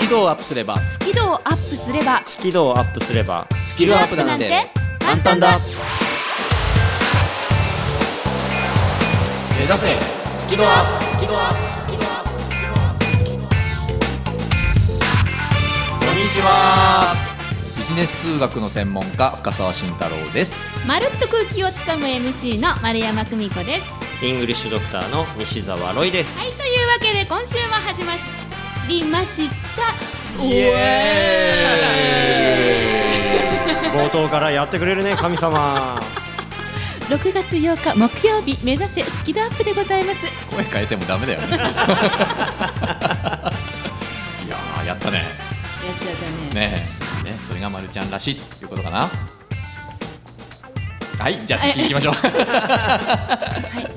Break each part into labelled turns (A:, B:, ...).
A: キ度をアップすれば
B: スキルをアップすればス
C: スキルをアップすれば
A: スキルアップなんて簡単だ目指せスキルアップスキルアップスキルアップスキルアップこんにちはビジネス数学の専門家深澤慎太郎です
B: まるっと空気をつかむ MC の丸山久美子です
C: イングリッシュドクターの西澤ロイです、
B: はいというわけで今週も始まりました
A: イエ
C: 冒頭からやってくれるね神様
B: 6月8日木曜日目指せスキルアップでございます
A: ーイ声変えてもダメだよねいやーやったね
B: やっちゃったね
A: ねえねそれがまるちゃんらしいということかなはいじゃあ次行きましょう
B: はい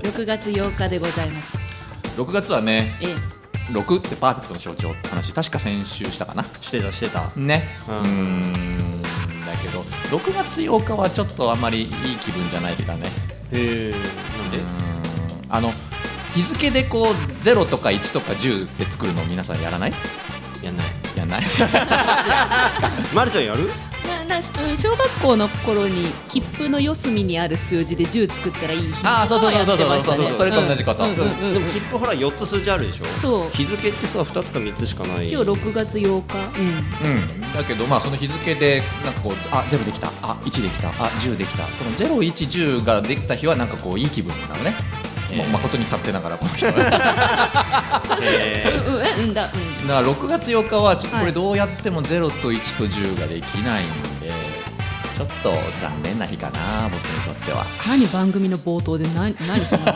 B: 6月8日でございます
A: 6月はね
B: ええ
A: 6ってパーフェクトの象徴って話確か先週したかな
C: してたしてた
A: ねう
C: うん
A: ーんだけど6月8日はちょっとあんまりいい気分じゃないけどね
C: へえなんで
A: うーんあの日付でこう0とか1とか10って作るの皆さんやらない
C: やん ない
A: やんない
C: まるちゃんやる
B: ななうん小学校の頃に切符の四隅にある数字で10作ったらいい日
A: あーそうそうそうそう
B: とかはやってましたね
C: そうそうそう
A: それと同じこと
B: うんうんうんうん
C: でも切符ほら4つ数字あるでしょ
B: そう
C: 日付ってさ2つか3つしかない
B: 今日6月8日、うん、
A: うんだけどまあその日付でなんかこうあ0できたあ1できたあ10できたこの0110ができた日はなんかこういい気分なのね、
C: ええ
A: ま誠に勝手ながらこの人は
C: へー
B: うんうんえうんだう
A: だから6月8日はちょっと
B: は
A: こ
B: い
A: れどうやっても0と1と10ができないんで、ちょっと残念な日かな僕にとっては
B: ん何番組の冒頭で何何その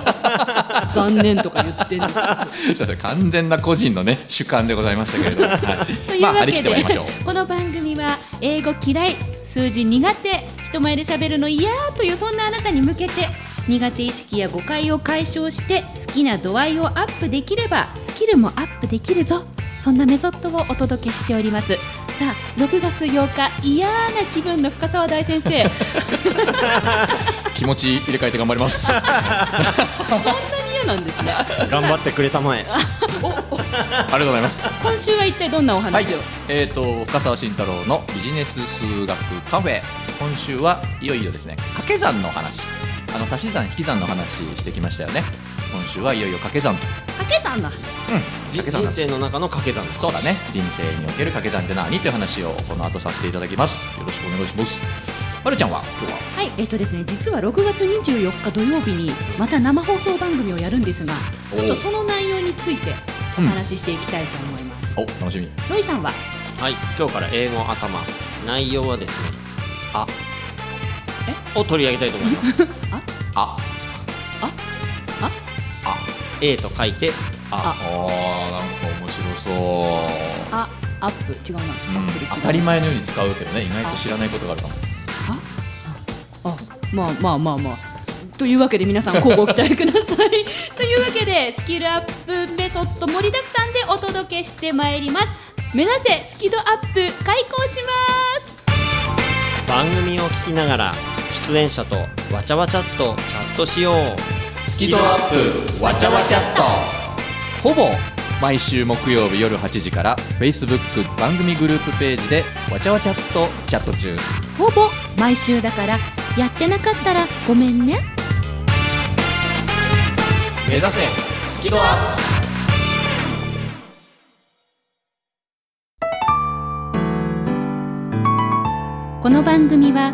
B: 残念とか言ってんですか
A: すいません完全な個人のね主観でございましたけ れども、はい
B: という
A: まあ
B: わ
A: 張り切
B: け
A: って
B: で、
A: まいりましょう
B: この番組は英語嫌い数字苦手人前で喋るの嫌というそんなあなたに向けて苦手意識や誤解を解消して好きな度合いをアップできればスキルもアップできるぞそんなメソッドをお届けしておりますさあ6月8日嫌な気分の深澤大先生
A: 気持ち入れ替えて頑張ります あ
B: そんなに嫌なんですね
C: 頑張ってくれたまえ
A: りがとうございます
B: 今週は一体どんなお
A: はい
B: 話を、、
A: えー、と深澤慎太郎のビジネス数学カフェ今週はいよいよですね掛け算の話あの足し算引き算の話してきましたよね今週はいよいよ掛け算と
B: 掛け算の話
C: 人
A: け算だ
C: 生の中の掛け算
A: そうだね人生における掛け算って何という話をこの後させていただきますよろしくお願いしますまるちゃんは今日は
B: はい、えっとですね、実は6月24日土曜日にまた生放送番組をやるんですが、
A: お
B: ちょっとその内容についてお
A: うん
B: 話ししていきたいと思います。
A: お楽しみ
B: ロイさんは、
C: はい今日から英語頭内容はですねあを取り上げたいと思います
A: あ
C: あ A と書いて
A: あ
C: あ
A: ーなんか面白そう
B: あ、アップ違うな、アップで違う
A: 当たり前のように使うけどね意外と知らないことがあるかも
B: あ、あ、まあまあまあまあ。というわけで皆さん、乞うご期待くださ い。というわけで、スキルアップメソッド盛りだくさんでお届けしてまいります。目指せスキルアップ開講します。
C: 番組を聞きながら出演者とわちゃわちゃっとチャットしよう
A: スキドアップわちゃわちゃっとほぼ毎週木曜日夜8時から Facebook 番組グループページでわちゃわちゃっとチャット中
B: ほぼ毎週だから、やってなかったらごめんね。
A: 目指せスキドアップ
B: この番組は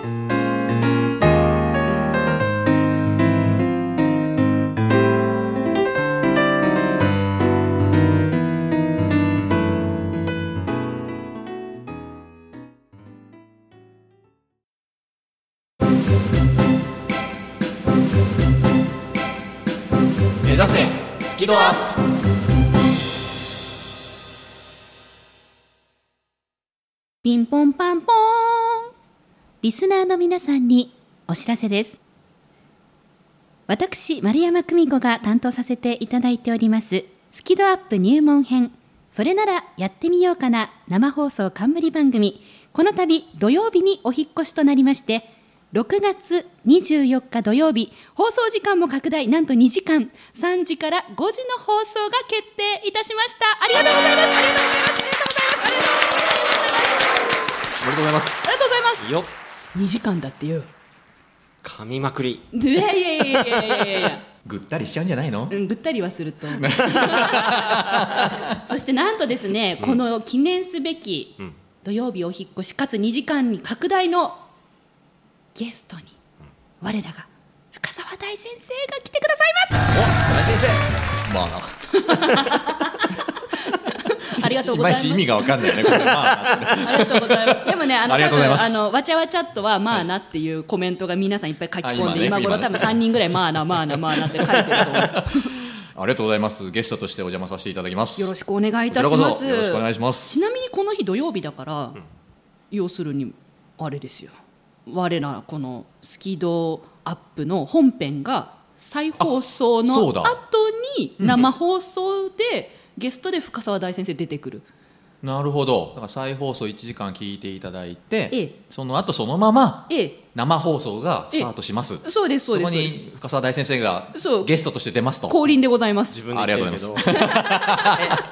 A: 目指せスキドアップ
B: ピンポンパンポーンリスナーの皆さんにお知らせです。私、丸山久美子が担当させていただいております、スキドアップ入門編、それならやってみようかな生放送冠番組、この度土曜日にお引っ越しとなりまして、6月24日土曜日、放送時間も拡大、なんと2時間、3時から5時の放送が決定いたしました。ありがとうございます。ありがとうござ
A: おめでとうござ
B: います。
A: います
B: ありがとうございます。
C: よっ
B: 2時間だってよ。
C: 噛みまくり
B: いやいやいやいやいやいやいや、
A: ぐったりしちゃうんじゃないの
B: うん、ぐったりはする と思うそしてなんとですね、この記念すべき
C: うん
B: 土曜日お引っ越しかつ2時間に拡大のゲストに我らが深澤大先生が来てくださいます
A: まあ
B: ありがとう
A: い
B: ご
A: ま
B: ざい
A: い
B: ます
A: ち意味がわかんないねこれ まあ
B: ありがとうございます。でもね、あの、
A: あり
B: 多
A: がとうござい
B: 分、
A: ます
B: あの、わちゃわちゃっとは、まあなっていうコメントが皆さんいっぱい書き込んで、
A: あ今
B: 今
A: ね
B: 頃
A: 今ね
B: 多分3人ぐらい、まあな、まあな、まあなって書いてると思う。
A: ありがとうございますゲストとしてお邪魔させていただきます
B: よろしくお願いいた
A: こ
B: し
A: ちら
B: ま
A: こそ
B: す。
A: よろしくお願いします
B: ちなみにこの日土曜日だから、要するにあれですよ。我らこのスキドアップの本編が再放送
A: あ
B: の
A: そうだ
B: 後に生放送でゲストで深澤大先生出てくる。
A: なるほどだから再放送1時間聞いていただいて、
B: ええ
A: その後そのまま
B: ええ、
A: 生放送がスタートします、
B: そうですそう
A: そ
B: で
A: こ
B: すそうです。
A: に深澤大先生が
B: そう
A: ゲストとして出ますと
B: 降臨でございます
C: 自。分で言ってるけど え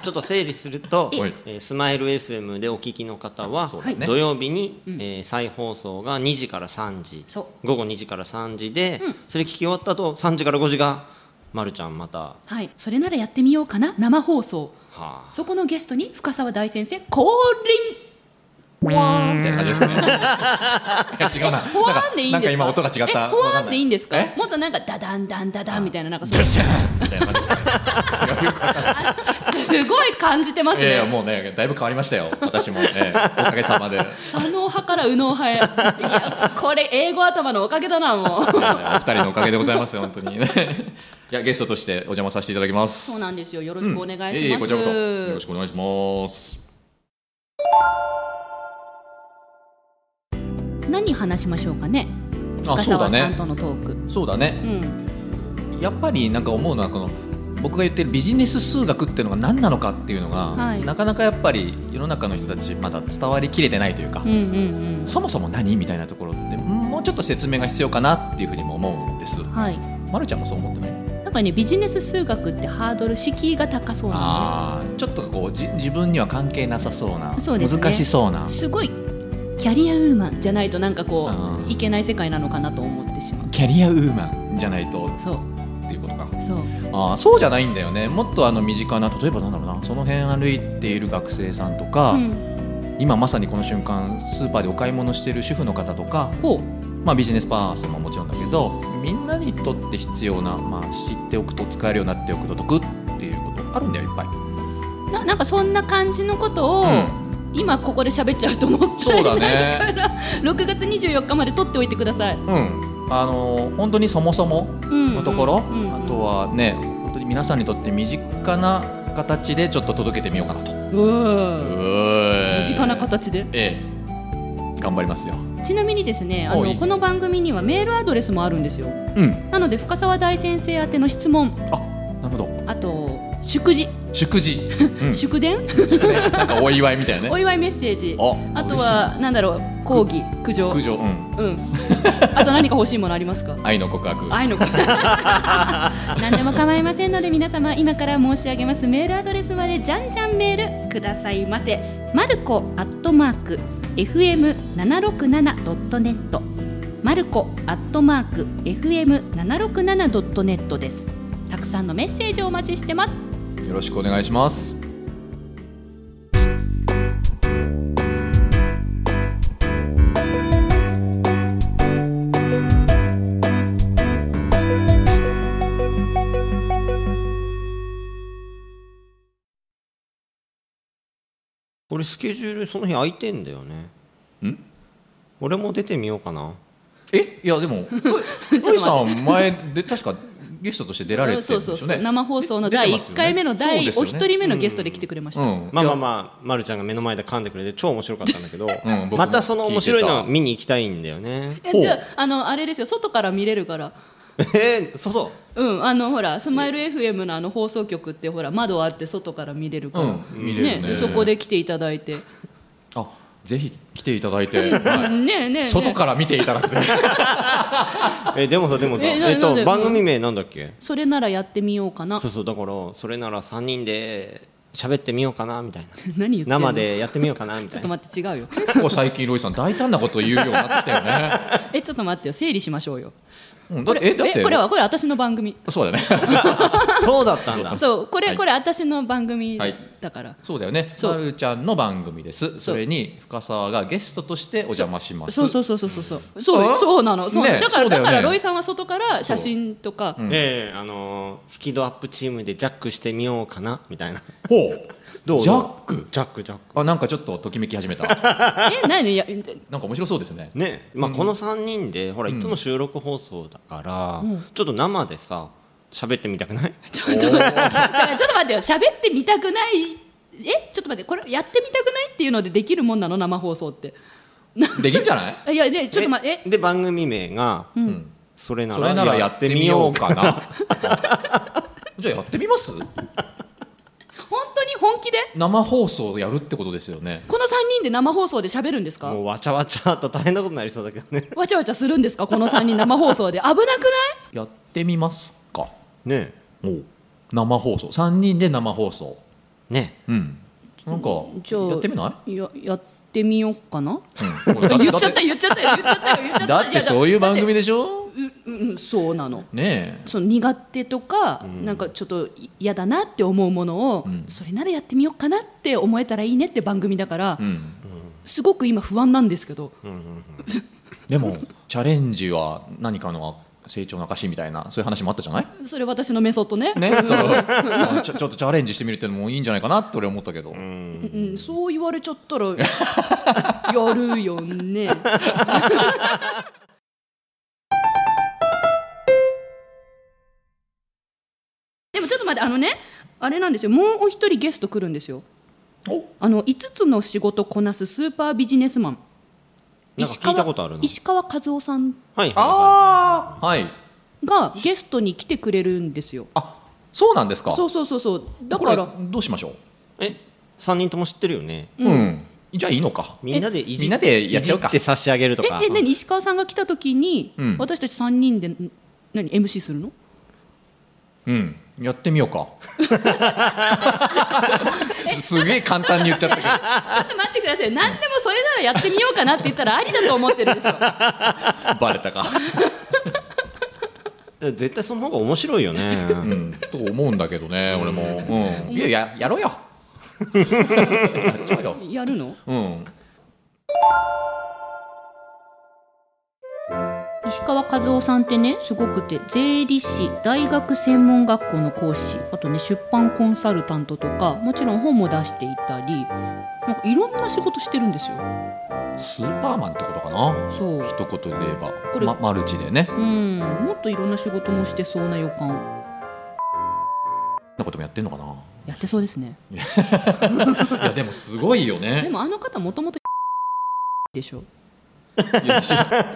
C: ちょっと整理すると
A: はい
C: えースマイル FM でお聞きの方
A: あ
C: は
A: そうだね
C: 土曜日にえー再放送が2時から3時
B: そう
C: 午後2時から3時でそれ聞き終わった後3時から5時がまるちゃんまたは
B: はい、それならやってみようかな生放送。
C: あ
B: そこのゲストに深澤大先生降臨。
A: みたいな感じです ねいや違うな
B: ほわーんでいい
A: な
B: んですか
A: んか今音が違った
B: えほわーんでいいんですか
A: わんないえ
B: もっとなんかダダンダンダダンみたいななんかそう
A: ドシャーン みたいな感じですねいやよくわかんない
B: すごい感じてます
A: いやいや
B: ね
A: もうねだいぶ変わりましたよ私も、ね、おかげさまで、ね
B: 左脳派から右 脳派へいやこれ英語頭のおかげだなもう
A: お二人のおかげでございます本当 にねいやゲストとしてお邪魔させていただきます
B: そうなんですよよろしくお願い
A: え
B: し
A: え
B: ま
A: こ
B: す、
A: ちらこそよろしくお願いします
B: 何話しましょうかね
A: あ
B: 深
A: そうだ
B: 澤さ
A: ね
B: んとのトーク
A: そうだね
B: う,、ん
A: やっぱりなんか思うのはこの僕が言ってるビジネス数学っていうのが何なのかっていうのが、
B: はい
A: なかなかやっぱり世の中の人たちまだ伝わりきれてないというか、
B: うんうん
A: そもそも何みたいなところってもうちょっと説明が必要かなっていうふうにも思うんです、
B: うんはい
A: ま、るちゃんもそう思ってない
B: なんかねビジネス数学ってハードル敷居が高そうなん
A: あーちょっとこうじ自分には関係なさそうな
B: そうですね
A: 難しそうな
B: ですすごいキャリアウーマンじゃないとなんかこ
A: あー
B: ういけない世界なのかなと思ってしまう
A: キャリアウーマンじゃないと
B: そう
A: っていうことか
B: そう
A: あーそうじゃないんだよねもっとあの身近な例えばなんだろうなその辺歩いている学生さんとか、
B: うん
A: 今まさにこの瞬間スーパーでお買い物している主婦の方とか、
B: ほう
A: まあ、ビジネスパーソンももちろんだけどみんなにとって必要な、まあ、知っておくと使えるようになっておくと得っていうことあるんだよいっぱい。
B: ななんかそんな感じのことを、今ここで喋っちゃうと思って
A: そうだ ね
B: から6月24日まで取っておいてください、
A: うん、あのー本当にそもそも
B: うん
A: のところ、
B: うんうん
A: あとはね本当に皆さんにとって身近な形でちょっと届けてみようかなと。
B: うん身
A: 身
B: 近な形で
A: ええ頑張りますよ。
B: ちなみにですねあ
A: お
B: の
A: い
B: この番組にはメールアドレスもあるんですよ
A: うん、
B: なので深澤大先生宛ての質問
A: あなるほど
B: あと祝辞、
A: 祝辞、うん
B: 祝電、
A: 祝辞 ねなんかお祝いみたいな
B: お
A: ね。
B: 祝いメッセージ
A: あ
B: あとはなんだろう講義苦情
A: 嬉しい苦情、うん、
B: うんあと何か欲しいものありますか
A: 愛の告白。
B: 愛の子何でも構いませんので皆様今から申し上げますメールアドレスまでじゃんじゃんメールくださいませマルコアットマーク FM767.net マルコアットマーク FM767.net ですたくさんのメッセージをお待ちしてます
A: よろしくお願いします。
C: 俺スケジュールその日空いてんだよね
A: ん
C: 俺も出てみようかな
A: えいやで も
B: て
A: おいさん前で確かゲストとして出られてるんです
B: そ
A: よ
B: う
A: ね
B: そうそう生放送の第1回目の第お一人目のゲストで来てくれました、
A: うん
C: まあまあまあ、ま、るちゃんが目の前で噛んでくれて超面白かったん だけど、
A: 僕も
C: またその面白いのを見に行きたいんだよね
B: え
A: ほう
B: じゃああのあれですよ外から見れるから
C: えー、外
B: うんあのほらスマイル FM のあの放送局ってほら窓あって外から見れるから、
A: うん見れるね
B: でそこで来ていただ いて、
A: あぜひ来ていただい て、
B: う
A: は
B: んねえねえねえ
A: い、外から見ていただくと
C: えでもさでもさ
B: え
C: え
B: な
C: っ
B: なんで
C: と番組名なんだっけ
B: それならやってみようかな
C: そうそうだからそれなら3人で喋ってみようかなみたいな
B: 何言ってんの
C: 生でやってみようかなみ
B: ちょっ
C: たい
B: と
C: な
B: 待って違うよ
A: 結構最近ロイさん大胆なことを言うようになってきたよね、
B: えちょっと待ってよ整理しましょうよ
A: うん、だ
B: こ
A: っ
B: れ
A: てえだって
B: えこれはこれ私の番組
A: そうだよね
C: そうだったんだ
B: そうこ
A: は
B: れ
A: い
B: これ私の番組
A: はい
B: だから、
A: そうだよね
B: そう
A: まるちゃんの番組ですそれに深澤がゲストとしてお邪魔します
B: そうそううそうそうそうそうそう
A: あ
B: そうなのそう、
A: ね
B: だから
A: そうだ
B: だ
A: よね
B: からロイさんは外から写真とか、
C: ええあのースキドアップチームでジャックしてみようかなみたいな
A: ほう
C: どう
A: ジャック
C: ジャックジャック
A: あなんかちょっとときめき始めた な
B: え何いや
A: んか面白そうですね
C: ねまあ、この3人で、ほらいつも収録放送だから、ちょっと生でさ喋ってみたくない
B: ちょっと待って、だからちょっと待ってよ、喋ってみたくない。え、ちょっと待って、これやってみたくないっていうのでできるもんなの生放送って。
A: できるんじゃない
B: いや、で、ちょっと待って、え、
C: で番組名が、
B: ん
C: それな
A: それなら
C: ら
A: や
C: や
A: っ
C: ってて
A: み
C: み
A: よ
C: よ
A: う
C: う
A: か
C: か
A: な じゃあやってみます
B: 本当に本気で。
A: 生放送やるってことですよね
B: この三人で生放送で喋るんですか
C: も。うわちゃわちゃっと大変なことになりそうだけど ね
B: わちゃわちゃするんですか、この三人生放送で、危なくない。
A: やってみますか
C: ね
A: おう生放送3人で生放送
C: えね
A: うんなんか
B: じゃあ
A: やってみない
B: や、やってみようかな。
A: い、うん
B: 言っちゃっ
A: だ
B: た、言っちゃったよ、言っちゃったよ、言っちゃったた。
A: だってそういう番組
B: で。
A: でしょ
B: ううん、そうなの。
A: ね
B: その苦手とか、なんかちょっと嫌だなって思うものを、それならやってみようかなって思えたらいいねって番組だから、
A: え、うん、
B: すごく今不安なんですけど、
A: でもチャレンジは何かの成長の証みたいなそういう話もあったじゃない
B: それ私のメソッドね
A: ね そうあちょちょっとチャレンジしてみるっていうのもいいんじゃないかなって俺思ったけど、
B: うんうんそう言われちゃったら やるよね でもちょっと待ってあのねあれなんですよもうお一人ゲスト来るんですよ
A: お
B: あの5つの仕事こなすスーパービジネスマン
C: なんか聞いたことあるな
B: 石川和夫さん
C: はいはいは
A: ああはい
B: がゲストに来てくれるんですよ
A: あそうなんですか
B: そうそうそうそうだから
A: これどうしましょ
C: いえ3人とも知ってるよね
A: う、うんじゃあいいのか
C: みんなでいじ
A: みんなでやっちゃう
C: い
A: か
C: じって差し上げるとか
B: ええ何石川さんが来た時に、
A: うん
B: 私たち3人でん何 MC するの
A: うんやってみようかすげえ簡単に言っちゃったけど
B: ちょっと待ってください何でもそれならやってみようかなって言ったらありだと思ってるでしょ
A: バレたか、
C: え絶対その方が面白いよね
A: うん、と思うんだけどね俺も、うん、いやややろうよやっちゃうよ、
B: やるの
A: うん、
B: 石川和夫さんってねすごくて税理士大学専門学校の講師あとね出版コンサルタントとかもちろん本も出していたりなんかいろんな仕事してるんですよ
A: スーパーマンってことかな
B: そう
A: 一言で言えば
B: これ
A: まマルチでね
B: うんもっといろんな仕事もしてそうな予感
A: そんなこともやってんのかな
B: やってそうですね
A: いやでもすごいよね
B: でもあの方もともとでしょ
A: いやし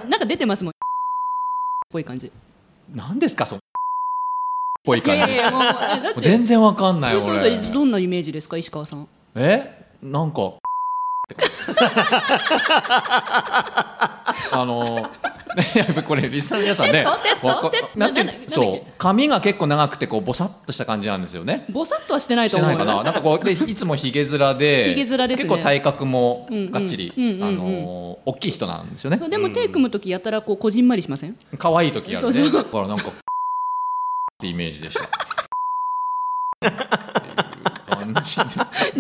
B: なんか出てますもんっぽい感じ
A: 何ですかそのっぽい
B: いや
A: 感
B: い
A: じ
B: やいやもうえだっ
A: もう
B: て
A: 全然わかんない
B: え
A: 俺
B: そうそうどんなイメージですか石川さん
A: えなんか あのいやこれリスナーの皆さんね
B: テッドテッド
A: わか
B: テッド
A: なんて
B: なんだなんだっけ
A: そう髪が結構長くてこうボサッとした感じなんですよね
B: ぼさっとはしてない
A: し
B: と
A: て
B: 思う
A: ない
B: よ
A: かななんかこうでいつもひげ面で
B: ひげ面ですね
A: 結構体格も
B: うんうん
A: がっちり、
B: うんうんうん
A: あの大きい人なんですよね
B: そうでも手組む時やたらこうこじんまりしません
A: 可愛い時あるね
B: そうそう
A: だからなんかってイメージでしたっていう感じ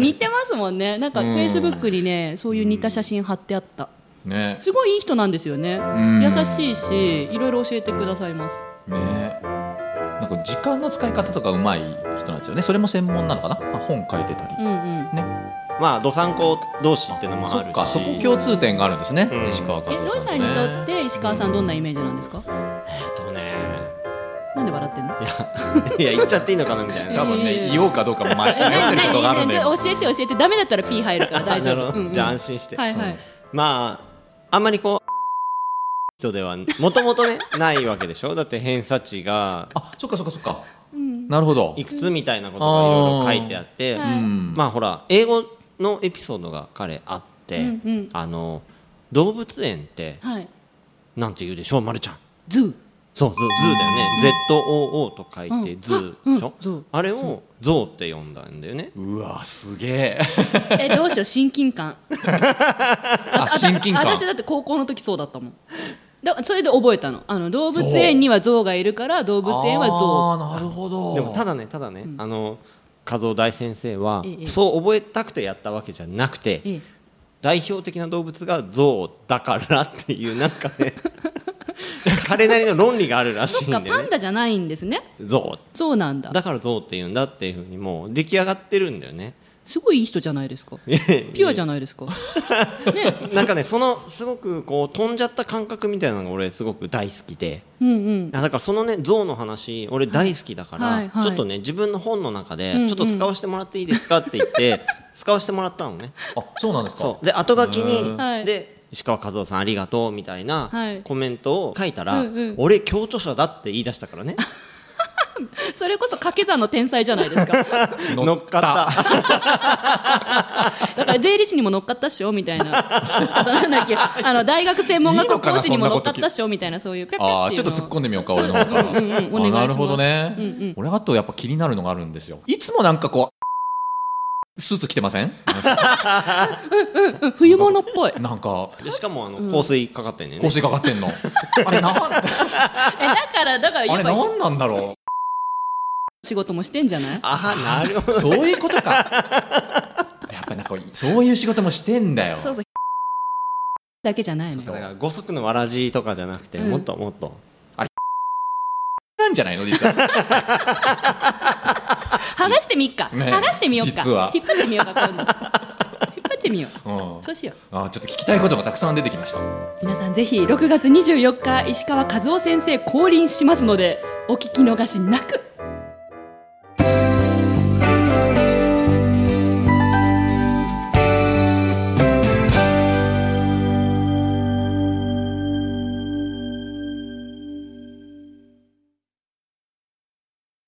B: 似てますもんねなんか
A: う
B: フ
A: ん
B: ェイスブックにねそういう似た写真貼ってあった
A: でね
B: すごいいい人なんですよね
A: ん
B: 優しいしいろいろ教えてくださいます
A: ねなんか時間の使い方とかうまい人なんですよねそれも専門なのかな、まあ、本書いてたり、
B: うんうん
A: ね
C: ままあどさんこ同士っていうのも
A: そ
C: あるし
A: っかそこ共通点があるんですね、
C: うん
A: 石川和
B: え
A: 夫さん、ね、
B: ロイさんにとって石川さんどんなイメージなんですか、
C: えっとね
B: なんで笑ってんの
C: いや言っちゃっていいのかな みたいな
A: 多分ね言おうかどうかも迷迷
B: え
A: っ
B: な
A: てることがあるんで
B: なな教えて教えてダメだったら P 入るから大丈
C: な
B: 夫、
C: るほど
B: うんうん
C: じゃあ安心して、
B: はいはい、
C: まああんまりこう人ではもとも とねないわけでしょだって偏差値が
A: あそっかそっかそっか
B: うん、
A: なるほど
C: いくつみたいなことがいろいろ書いてあって、
B: あ
A: う
B: ーはい
A: ん
C: まあほら英語のエピソードが彼あって、
B: うんうん
C: あの動物園って
B: はい
C: なんて言うでしょうまるちゃん
B: ズー
C: そうズーズーだよね、ZOO と書いて、
B: うん
C: ズーでし
B: あ
C: ょ
B: うん、ゾウ
C: あれをゾウって呼んだんだよね
A: うわすげえ
B: えどうしよう親近感
A: あ親近感
B: 私だって高校の時そうだったもんだそれで覚えたのあの動物園には象がいるから動物園は象
A: あーなるほど
C: でもただねただね、あの和夫大先生は、
B: ええ
C: そう覚えたくてやったわけじゃなくて、
B: ええ
C: 代表的な動物が象だからっていうなんかね 彼なりの論理があるらし
B: そ
C: いん
B: っか
C: で
B: パン
C: ね
B: ダじゃないんですね
C: 象
B: そうなんだ
C: だから象って言うんだっていうふうにもう出来上がってるんだよね
B: すごいいい人じゃないですかピュアじゃな いですかね
C: なんかねそのすごくこう飛んじゃった感覚みたいなのが俺すごく大好きで
B: うんうん
C: あだからそのね象の話俺大好きだから、
B: はいはい
C: ちょっとね自分の本の中で、
B: うんうん
C: ちょっと使わせてもらっていいですかって言って使わせてもらったのね
A: あそうなんですか
C: そうで後書きに、
B: はい
C: で石川和夫さんありがとうみたいな
B: はい
C: コメントを書いたら、
B: うんうん
C: 俺共著者だって言い出したから ね
B: それこそ掛け算の天才じゃないですか
C: 乗っかった
B: だから税理士にも乗っかったっしょみたいなあとなんだっけあの大学専門学校講師にも乗っかったっしょみたいなそういうペッペ
A: あ
B: ッ
A: あ
B: て
A: ち
B: い
A: ょっ
B: うの
A: と
B: を
A: 突っ込んでみようか俺の方から、
B: うんうんお願いします
A: あなるほどね、
B: うんうん
A: 俺あとやっぱ気になるのがあるんですよいつもなんかこうスーツ着てません
B: うん冬物っぽい
A: なんか
C: でしかもあの香水かかってんね、んね、
A: 香水かか ってんのあれなん
B: えだからだから
A: あ
B: やっ
A: れ
B: ぱ
A: なんなんだろ
B: 仕事もしてんじゃない
C: ああなるほ
A: う
C: ど
A: そういうことかやっぱなんかそういう仕事もしてんだよ
B: そうそうだけじゃないの
C: だか
B: よ
C: ら五足のわらじとかじゃなくて、
B: うん
C: もっともっと
A: なんじゃないの実 は
B: 剥がしてみっか
A: ねえ
B: 剥がしてみようか
A: 実は
B: 引っ張ってみようか今度引っ張ってみよ
A: う
B: うんそうしよう
A: あーちょっと聞きたいことがたくさん出てきました
B: 皆さんぜひ6月24日石川和夫先生降臨しますのでお聞き逃しなく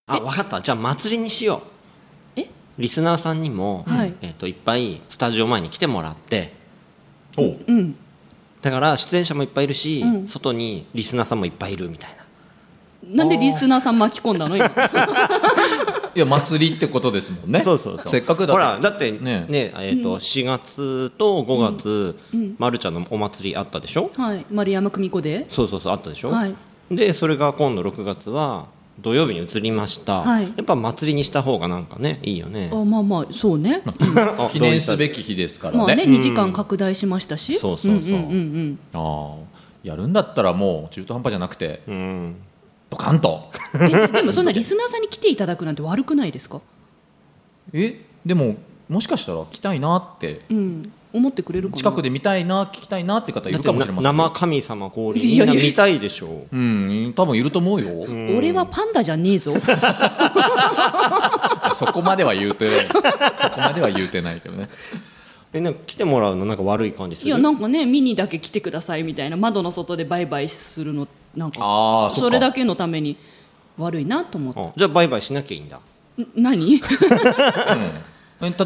C: あわかったじゃあ祭りにしよう
B: え
C: リスナーさんにも、
B: はい
C: えっといっぱいスタジオ前に来てもらって
A: おう
B: うん
C: だから出演者もいっぱいいるし、
B: うん
C: 外にリスナーさんもいっぱいいるみたいな
B: なんでリスナーさん巻き込んだの今
A: いや祭りってことですもんね
C: そうそうそう
A: せっかくだ
C: ほ
A: から
C: だってね
A: ね
C: えーと4月と5月、まるちゃんのお祭りあったでしょ
B: はい丸山久美子で
C: そうそうそうあったでしょ、
B: はい
C: でそれが今度6月は土曜日に移りました、
B: はい
C: やっぱ祭りにした方がなんかねいいよね
B: あまあまあそうね
C: あ
A: 記念す
C: どういっ
A: べき日ですか
B: ま
A: ら
B: あ
A: ね
B: ね2時間拡大しましたし
C: そうそうそうん
B: んん
A: ああやるんだったらもう中途半端じゃなくて
C: たうん
A: ドカンと
B: うんえでもそんなリスナーさんに来ていただくなんて悪くないですか
A: えでももしかしたら来たいなって
B: うん思ってくれるかな
A: 近くで見たいな聞きたいなって方い
C: だっ
A: る
C: て
A: かも
C: な
A: しれません
C: 生神様降臨
B: い
C: み
B: や
C: ん
B: いや
C: な見たいでしょ
A: うん多分いると思うよ、
B: 俺はパンダじゃねえぞ
A: そこまでは言うてないそこまでは言うてないけどね
C: えなんか来てもらうのなんか悪い感じす
B: い
C: る
B: やなんかね見にだけ来てくださいみたいな窓の外でバイバイするのなんか
A: ああ
B: それだけのために悪いなと思って
C: あじゃあバイバイしなきゃいいんだ
B: ん何
A: け例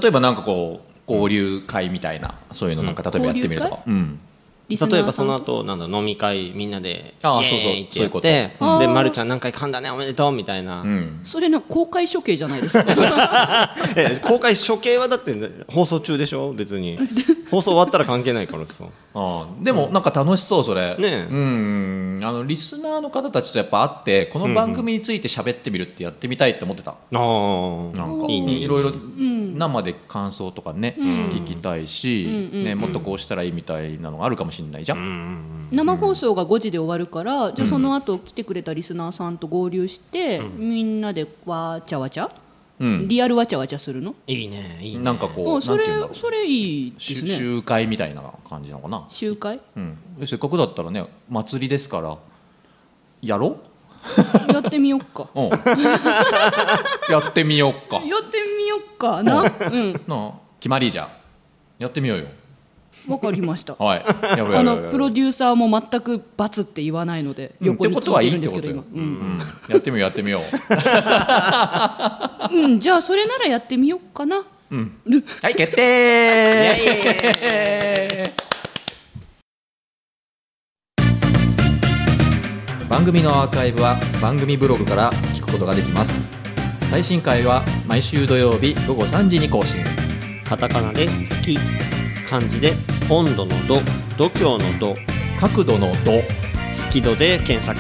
A: えばなんかこう交流会みたいなそういうのなんか例えばやってみるとか、うん、
B: リスナーさん
C: 例えばその後なんだ飲み会みんなでイエ
A: あー
C: ーイって
A: そうそうそういう
C: や
A: こ
C: っ
A: と
C: て
B: あー
C: で、ま、るちゃん何回噛んだねおめでとうみたいな、
A: うん
B: それなんか公開処刑じゃないですか
C: え公開処刑はだって放送中でしょ 別に放送終わったら関係ないからさ
A: ああでもなんか楽しそうそれ、
C: ねえ
A: うんあのリスナーの方たちとやっぱ会ってこの番組について喋ってみるってやってみたいって思ってた、
C: あー
A: なんか
C: いいね
A: いろいろ生で感想とかね、聞きたいし、ね、もっとこうしたらいいみたいなのがあるかもしれないじゃん、
B: 生放送が5時で終わるからじゃあその後来てくれたリスナーさんと合流して、みんなでわーちゃわちゃ
A: うん
B: リアルわちゃわちゃするの
C: いいねいいね
A: なんかこう、
B: おそ
A: なん
B: れ
A: ていうんだろう
B: それいいです
A: 集
B: ね
A: 集会みたいな感じなのかな、
B: 集会
A: うん、せっかくだったらね祭りですからやろ
B: やってみよっか
A: うん やってみようか
B: やってみよっかなうん
A: なあ決まりじゃんやってみようよ
B: わかりま した
A: はいやろうやろうや
B: あ
A: ろう
B: のプロデューサーも全く「罰」って言わないので
A: うんっ
B: 横
A: て
B: に
A: こ
B: つ
A: と
B: い
A: はい
B: て
A: い
B: る
A: っ
B: ん
A: てこ
B: ですけ
A: と
B: ど
A: よう
B: 今、う
A: ん
B: ん
A: やってみようやってみよ
B: うんじゃあそれならやってみようかな
A: う、うん、はい決定 番組のアーカイブは番組ブログから聞くことができます最新回は毎週土曜日午後3時に更新
C: カタカナで「好き」漢字で「温度の度」「度胸の度」
A: 角度の度
C: 「好き度」で検索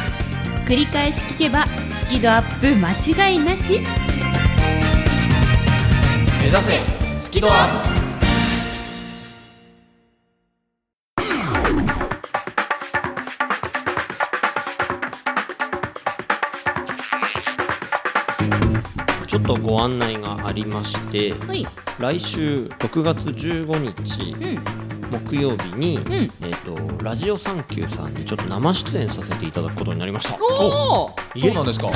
D: 繰り返し聞けばスキドアップ間違いなし
A: 目指せスキドアッ
C: ちょっとご案内がありまして
B: はい
C: 来週6月15日
B: う
C: 木曜日に、
B: んうん
C: えー、とラジオサンキューさんにちょっと生出演させていただくことになりました
B: おお
A: プそうなんですかいや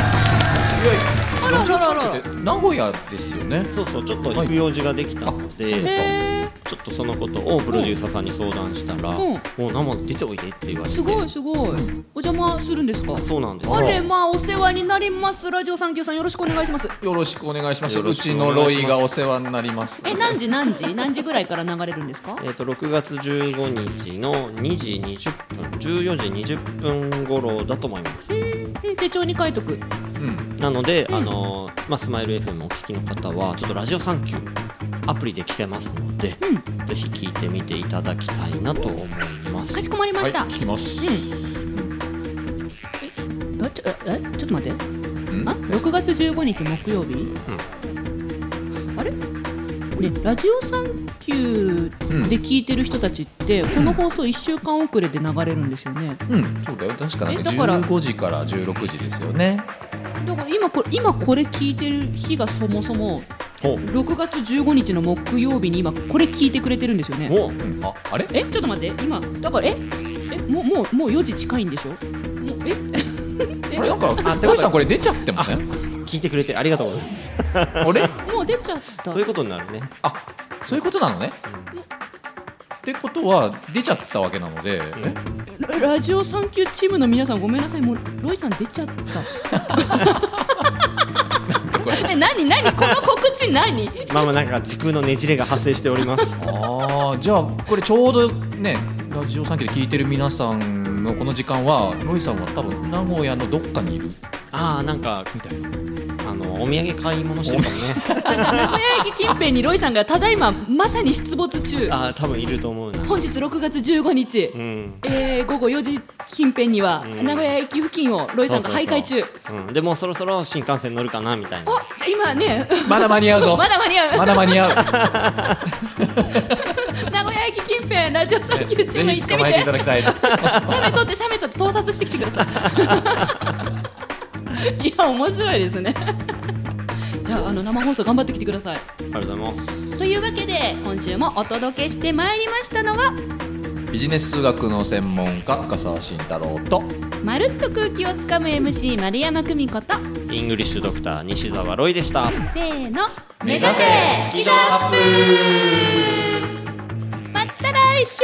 B: あらあらあら
A: だって名古屋ですよね
C: そうそうちょっと行く用事ができたので、
A: はいあそうですか
B: へ
C: ちょっとそのことをプロデューサーさんに相談したら
B: う
C: 「
B: ん
C: もう生出ておいで」って言わ
B: ー
C: れて
B: すごいすごいお邪魔するんですか
C: そうなんです
B: あれまあお世話になりますラジオサンキューさんよろしくお願いします
A: よろしくお願いします
C: よろ
A: う
C: し
A: ち
C: く
A: の
C: お願
A: ロ
C: いします
A: イがお世話になります
B: え何時何時何時ぐらいから流れるんですか
C: えー、と6月15日の2時20分14時20分頃だと思います
B: うん手帳に書いとく
A: うん
C: なので、
B: ん
C: あのーまあ、スマイル FM お聞きの方はちょっとラジオサンキューアプリで聞けますので、ぜひ聞いてみていただきたいなと思います
B: かしこまりま
A: はい
B: した、
A: 聞きます
B: えちょええちょっと待って
A: うん
B: あ6月15日木曜日、あれねラジオサンキューで聞いてる人たちって、この放送1週間遅れで流れるんですよね
A: うんそうだよ確かなん
B: え
A: か
B: だから
A: 15時から16時ですよね
B: だから今これ今これ聞いてる日がそもそも
C: お
B: 6月15日の木曜日に今これ聞いてくれてるんですよね
C: お
A: うんああれ
B: えちょっと待って今だからええもうもうもう4時近いんでしょもうえ え
A: あれなんか
C: あってこと
A: ロイさんこれ出ちゃってもね
C: 聞いてくれてありがとうございます
A: あれ
B: もう出ちゃった
C: そういうことになるね
A: あそういうことなのねってことは出ちゃったわけなのでえ
B: ララジオサンキューチームの皆さんごめんなさいもうロイさん出ちゃったえ何何この告知何
C: まあまあなんか時空のねじれが発生しております
A: あーじゃあこれちょうどねラジオサンキューで聞いてる皆さんのこの時間はロイさんは多分名古屋のどっかにいる
C: ああなんか
A: みたいな
C: あのお土産買い物してるかもね
B: あの名古屋駅近辺にロイさんがただいままさに出没中
C: ああ多分いると思うな
B: 本日6月15日、
C: うん、
B: えー午後4時近辺には
C: ん
B: 名古屋駅付近をロイさんが
C: そうそう
B: 徘
C: そう
B: 徊中
C: うん、でもうそろそろ新幹線乗るかなみたいな
B: あじゃあ今ね
A: まだ間に合うぞ
B: まだ間に合う
A: まだ間に合う
B: 名古屋駅近辺ラジオ サンキューチーム
A: ぜひ
B: 行って
A: 捕
B: み
A: まえ
B: て
A: ていただきた い
B: 写メ撮って写メ撮って盗撮してきてください いや面白いですね じゃああの生放送頑張ってきてください
C: ありがとうございます
B: というわけで今週もお届けしてまいりましたのは
A: ビジネス数学の専門家深澤慎太郎と
D: 「まるっと空気をつかむ MC 丸山久美子」と
C: イングリッシュドクター西澤ロイでした
D: せーの
A: 目指せスキドア
D: また来週